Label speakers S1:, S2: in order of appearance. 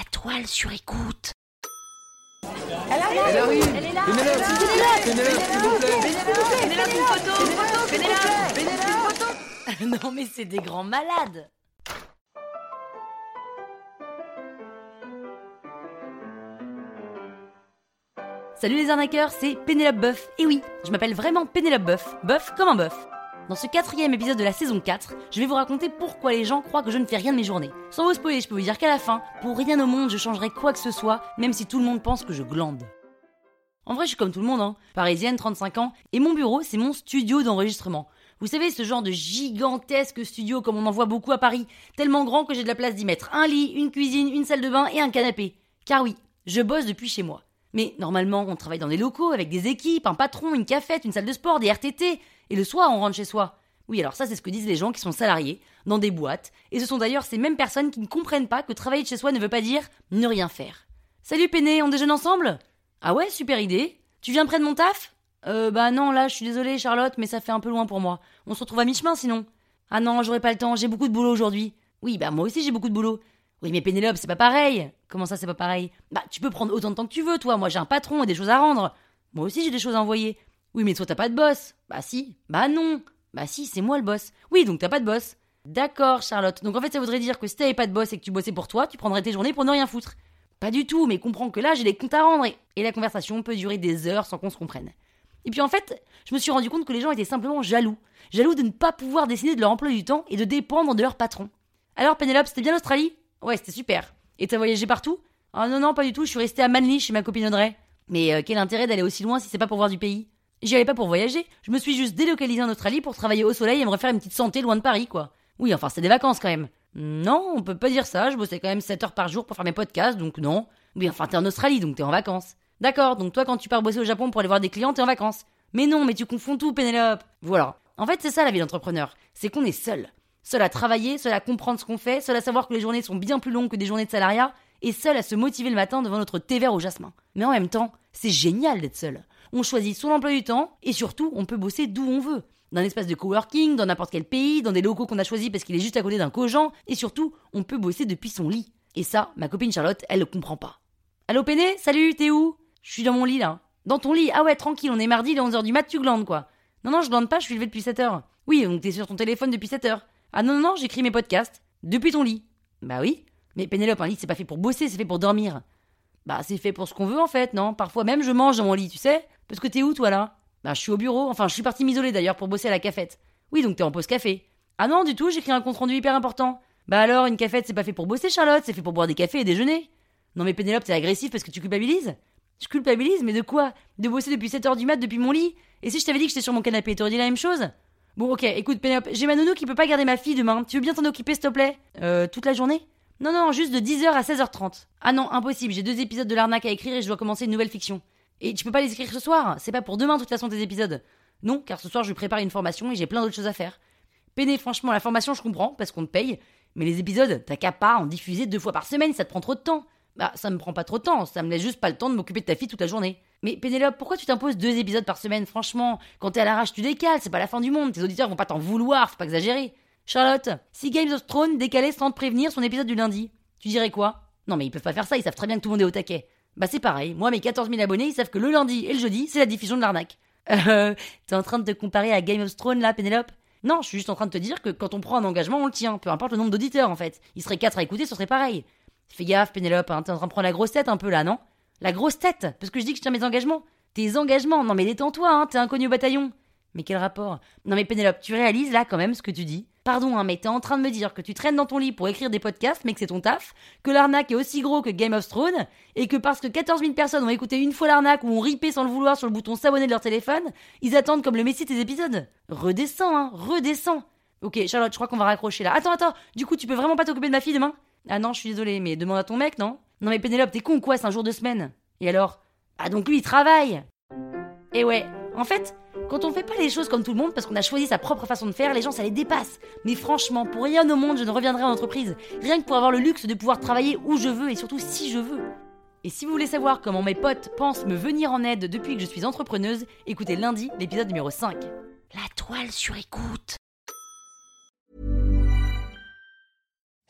S1: étoiles sur écoute.
S2: Elle arrive Elle est là Pénélope Pénélope, s'il vous plaît
S3: Pénélope, une photo, une photo, Pénélope, Pénélope, une photo.
S1: Ah non mais c'est des grands malades. Salut les arnaqueurs, c'est Pénélope Boeuf. Et oui, je m'appelle vraiment Pénélope Boeuf. Boeuf comme un bœuf. Dans ce quatrième épisode de la saison 4, je vais vous raconter pourquoi les gens croient que je ne fais rien de mes journées. Sans vous spoiler, je peux vous dire qu'à la fin, pour rien au monde, je changerai quoi que ce soit, même si tout le monde pense que je glande. En vrai, je suis comme tout le monde, hein. Parisienne, 35 ans, et mon bureau, c'est mon studio d'enregistrement. Vous savez, ce genre de gigantesque studio comme on en voit beaucoup à Paris, tellement grand que j'ai de la place d'y mettre un lit, une cuisine, une salle de bain et un canapé. Car oui, je bosse depuis chez moi. Mais normalement, on travaille dans des locaux avec des équipes, un patron, une cafette, une salle de sport, des RTT, et le soir, on rentre chez soi. Oui, alors ça, c'est ce que disent les gens qui sont salariés, dans des boîtes, et ce sont d'ailleurs ces mêmes personnes qui ne comprennent pas que travailler de chez soi ne veut pas dire ne rien faire. Salut Péné, on déjeune ensemble ah ouais, super idée. Tu viens près de mon taf Euh, bah non, là, je suis désolée, Charlotte, mais ça fait un peu loin pour moi. On se retrouve à mi-chemin sinon. Ah non, j'aurai pas le temps, j'ai beaucoup de boulot aujourd'hui. Oui, bah moi aussi j'ai beaucoup de boulot. Oui, mais Pénélope, c'est pas pareil. Comment ça, c'est pas pareil Bah, tu peux prendre autant de temps que tu veux, toi. Moi, j'ai un patron et des choses à rendre. Moi aussi, j'ai des choses à envoyer. Oui, mais toi, t'as pas de boss. Bah si. Bah non. Bah si, c'est moi le boss. Oui, donc t'as pas de boss. D'accord, Charlotte. Donc en fait, ça voudrait dire que si t'avais pas de boss et que tu bossais pour toi, tu prendrais tes journées pour ne rien foutre. Pas du tout, mais comprends que là, j'ai des comptes à rendre et, et la conversation peut durer des heures sans qu'on se comprenne. Et puis en fait, je me suis rendu compte que les gens étaient simplement jaloux. Jaloux de ne pas pouvoir décider de leur emploi du temps et de dépendre de leur patron. Alors Pénélope, c'était bien l'Australie Ouais, c'était super. Et t'as voyagé partout Ah non, non, pas du tout, je suis restée à Manly chez ma copine Audrey. Mais euh, quel intérêt d'aller aussi loin si c'est pas pour voir du pays J'y allais pas pour voyager, je me suis juste délocalisée en Australie pour travailler au soleil et me refaire une petite santé loin de Paris, quoi. Oui, enfin, c'est des vacances quand même. Non, on peut pas dire ça, je bossais quand même 7 heures par jour pour faire mes podcasts, donc non. Oui, enfin, t'es en Australie, donc t'es en vacances. D'accord, donc toi, quand tu pars bosser au Japon pour aller voir des clients, t'es en vacances. Mais non, mais tu confonds tout, Pénélope. Voilà. En fait, c'est ça la vie d'entrepreneur. C'est qu'on est seul. Seul à travailler, seul à comprendre ce qu'on fait, seul à savoir que les journées sont bien plus longues que des journées de salariat, et seul à se motiver le matin devant notre thé vert au jasmin. Mais en même temps, c'est génial d'être seul. On choisit son emploi du temps, et surtout, on peut bosser d'où on veut d'un espace de coworking, dans n'importe quel pays, dans des locaux qu'on a choisis parce qu'il est juste à côté d'un cogent, et surtout, on peut bosser depuis son lit. Et ça, ma copine Charlotte, elle le comprend pas. Allô Péné, salut, t'es où Je suis dans mon lit là. Dans ton lit Ah ouais, tranquille, on est mardi, il est 11h du mat, tu glandes quoi. Non, non, je glande pas, je suis levée depuis 7h. Oui, donc t'es sur ton téléphone depuis 7h. Ah non, non, non, j'écris mes podcasts. Depuis ton lit. Bah oui. Mais Pénélope, un lit, c'est pas fait pour bosser, c'est fait pour dormir. Bah, c'est fait pour ce qu'on veut en fait, non Parfois même je mange dans mon lit, tu sais Parce que t'es où toi là Bah, je suis au bureau, enfin je suis partie m'isoler d'ailleurs pour bosser à la cafette. Oui, donc t'es en pause café. Ah non, du tout, j'écris un compte rendu hyper important. Bah alors, une cafette c'est pas fait pour bosser, Charlotte, c'est fait pour boire des cafés et déjeuner. Non mais Pénélope, t'es agressif parce que tu culpabilises Je culpabilise, mais de quoi De bosser depuis 7h du mat depuis mon lit Et si je t'avais dit que j'étais sur mon canapé, t'aurais dit la même chose Bon, ok, écoute Pénélope, j'ai ma nounou qui peut pas garder ma fille demain. Tu veux bien t'en occuper, s'il te plaît Euh, toute la journée non, non, juste de 10h à 16h30. Ah non, impossible, j'ai deux épisodes de l'arnaque à écrire et je dois commencer une nouvelle fiction. Et tu peux pas les écrire ce soir, c'est pas pour demain de toute façon tes épisodes. Non, car ce soir je prépare une formation et j'ai plein d'autres choses à faire. Peiné, franchement, la formation je comprends, parce qu'on te paye, mais les épisodes, t'as qu'à pas en diffuser deux fois par semaine, ça te prend trop de temps. Bah, ça me prend pas trop de temps, ça me laisse juste pas le temps de m'occuper de ta fille toute la journée. Mais Pénélope, pourquoi tu t'imposes deux épisodes par semaine, franchement Quand t'es à l'arrache, tu décales, c'est pas la fin du monde, tes auditeurs vont pas t'en vouloir, faut pas exagérer. Charlotte, si Games of Thrones décalait sans te prévenir son épisode du lundi, tu dirais quoi Non mais ils peuvent pas faire ça, ils savent très bien que tout le monde est au taquet. Bah c'est pareil, moi mes 14 000 abonnés, ils savent que le lundi et le jeudi, c'est la diffusion de l'arnaque. Euh, t'es en train de te comparer à Game of Thrones là, Pénélope Non, je suis juste en train de te dire que quand on prend un engagement, on le tient, peu importe le nombre d'auditeurs en fait. Il serait 4 à écouter, ce serait pareil. Fais gaffe, Pénélope, hein, t'es en train de prendre la grosse tête un peu là, non La grosse tête Parce que je dis que je tiens mes engagements. Tes engagements, non mais détends-toi, hein, t'es inconnu au bataillon. Mais quel rapport Non mais Pénélope, tu réalises là quand même ce que tu dis Pardon, hein, mais t'es en train de me dire que tu traînes dans ton lit pour écrire des podcasts, mais que c'est ton taf, que l'arnaque est aussi gros que Game of Thrones, et que parce que 14 000 personnes ont écouté une fois l'arnaque ou ont ripé sans le vouloir sur le bouton s'abonner de leur téléphone, ils attendent comme le Messie tes épisodes. Redescends, hein, redescends. Ok, Charlotte, je crois qu'on va raccrocher là. Attends, attends, du coup, tu peux vraiment pas t'occuper de ma fille demain Ah non, je suis désolée, mais demande à ton mec, non Non mais Pénélope, t'es con ou quoi, c'est un jour de semaine. Et alors Ah donc lui, il travaille et ouais, en fait, quand on fait pas les choses comme tout le monde parce qu'on a choisi sa propre façon de faire, les gens ça les dépasse. Mais franchement, pour rien au monde, je ne reviendrai en entreprise, rien que pour avoir le luxe de pouvoir travailler où je veux et surtout si je veux. Et si vous voulez savoir comment mes potes pensent me venir en aide depuis que je suis entrepreneuse, écoutez lundi l'épisode numéro 5.
S4: La toile sur écoute.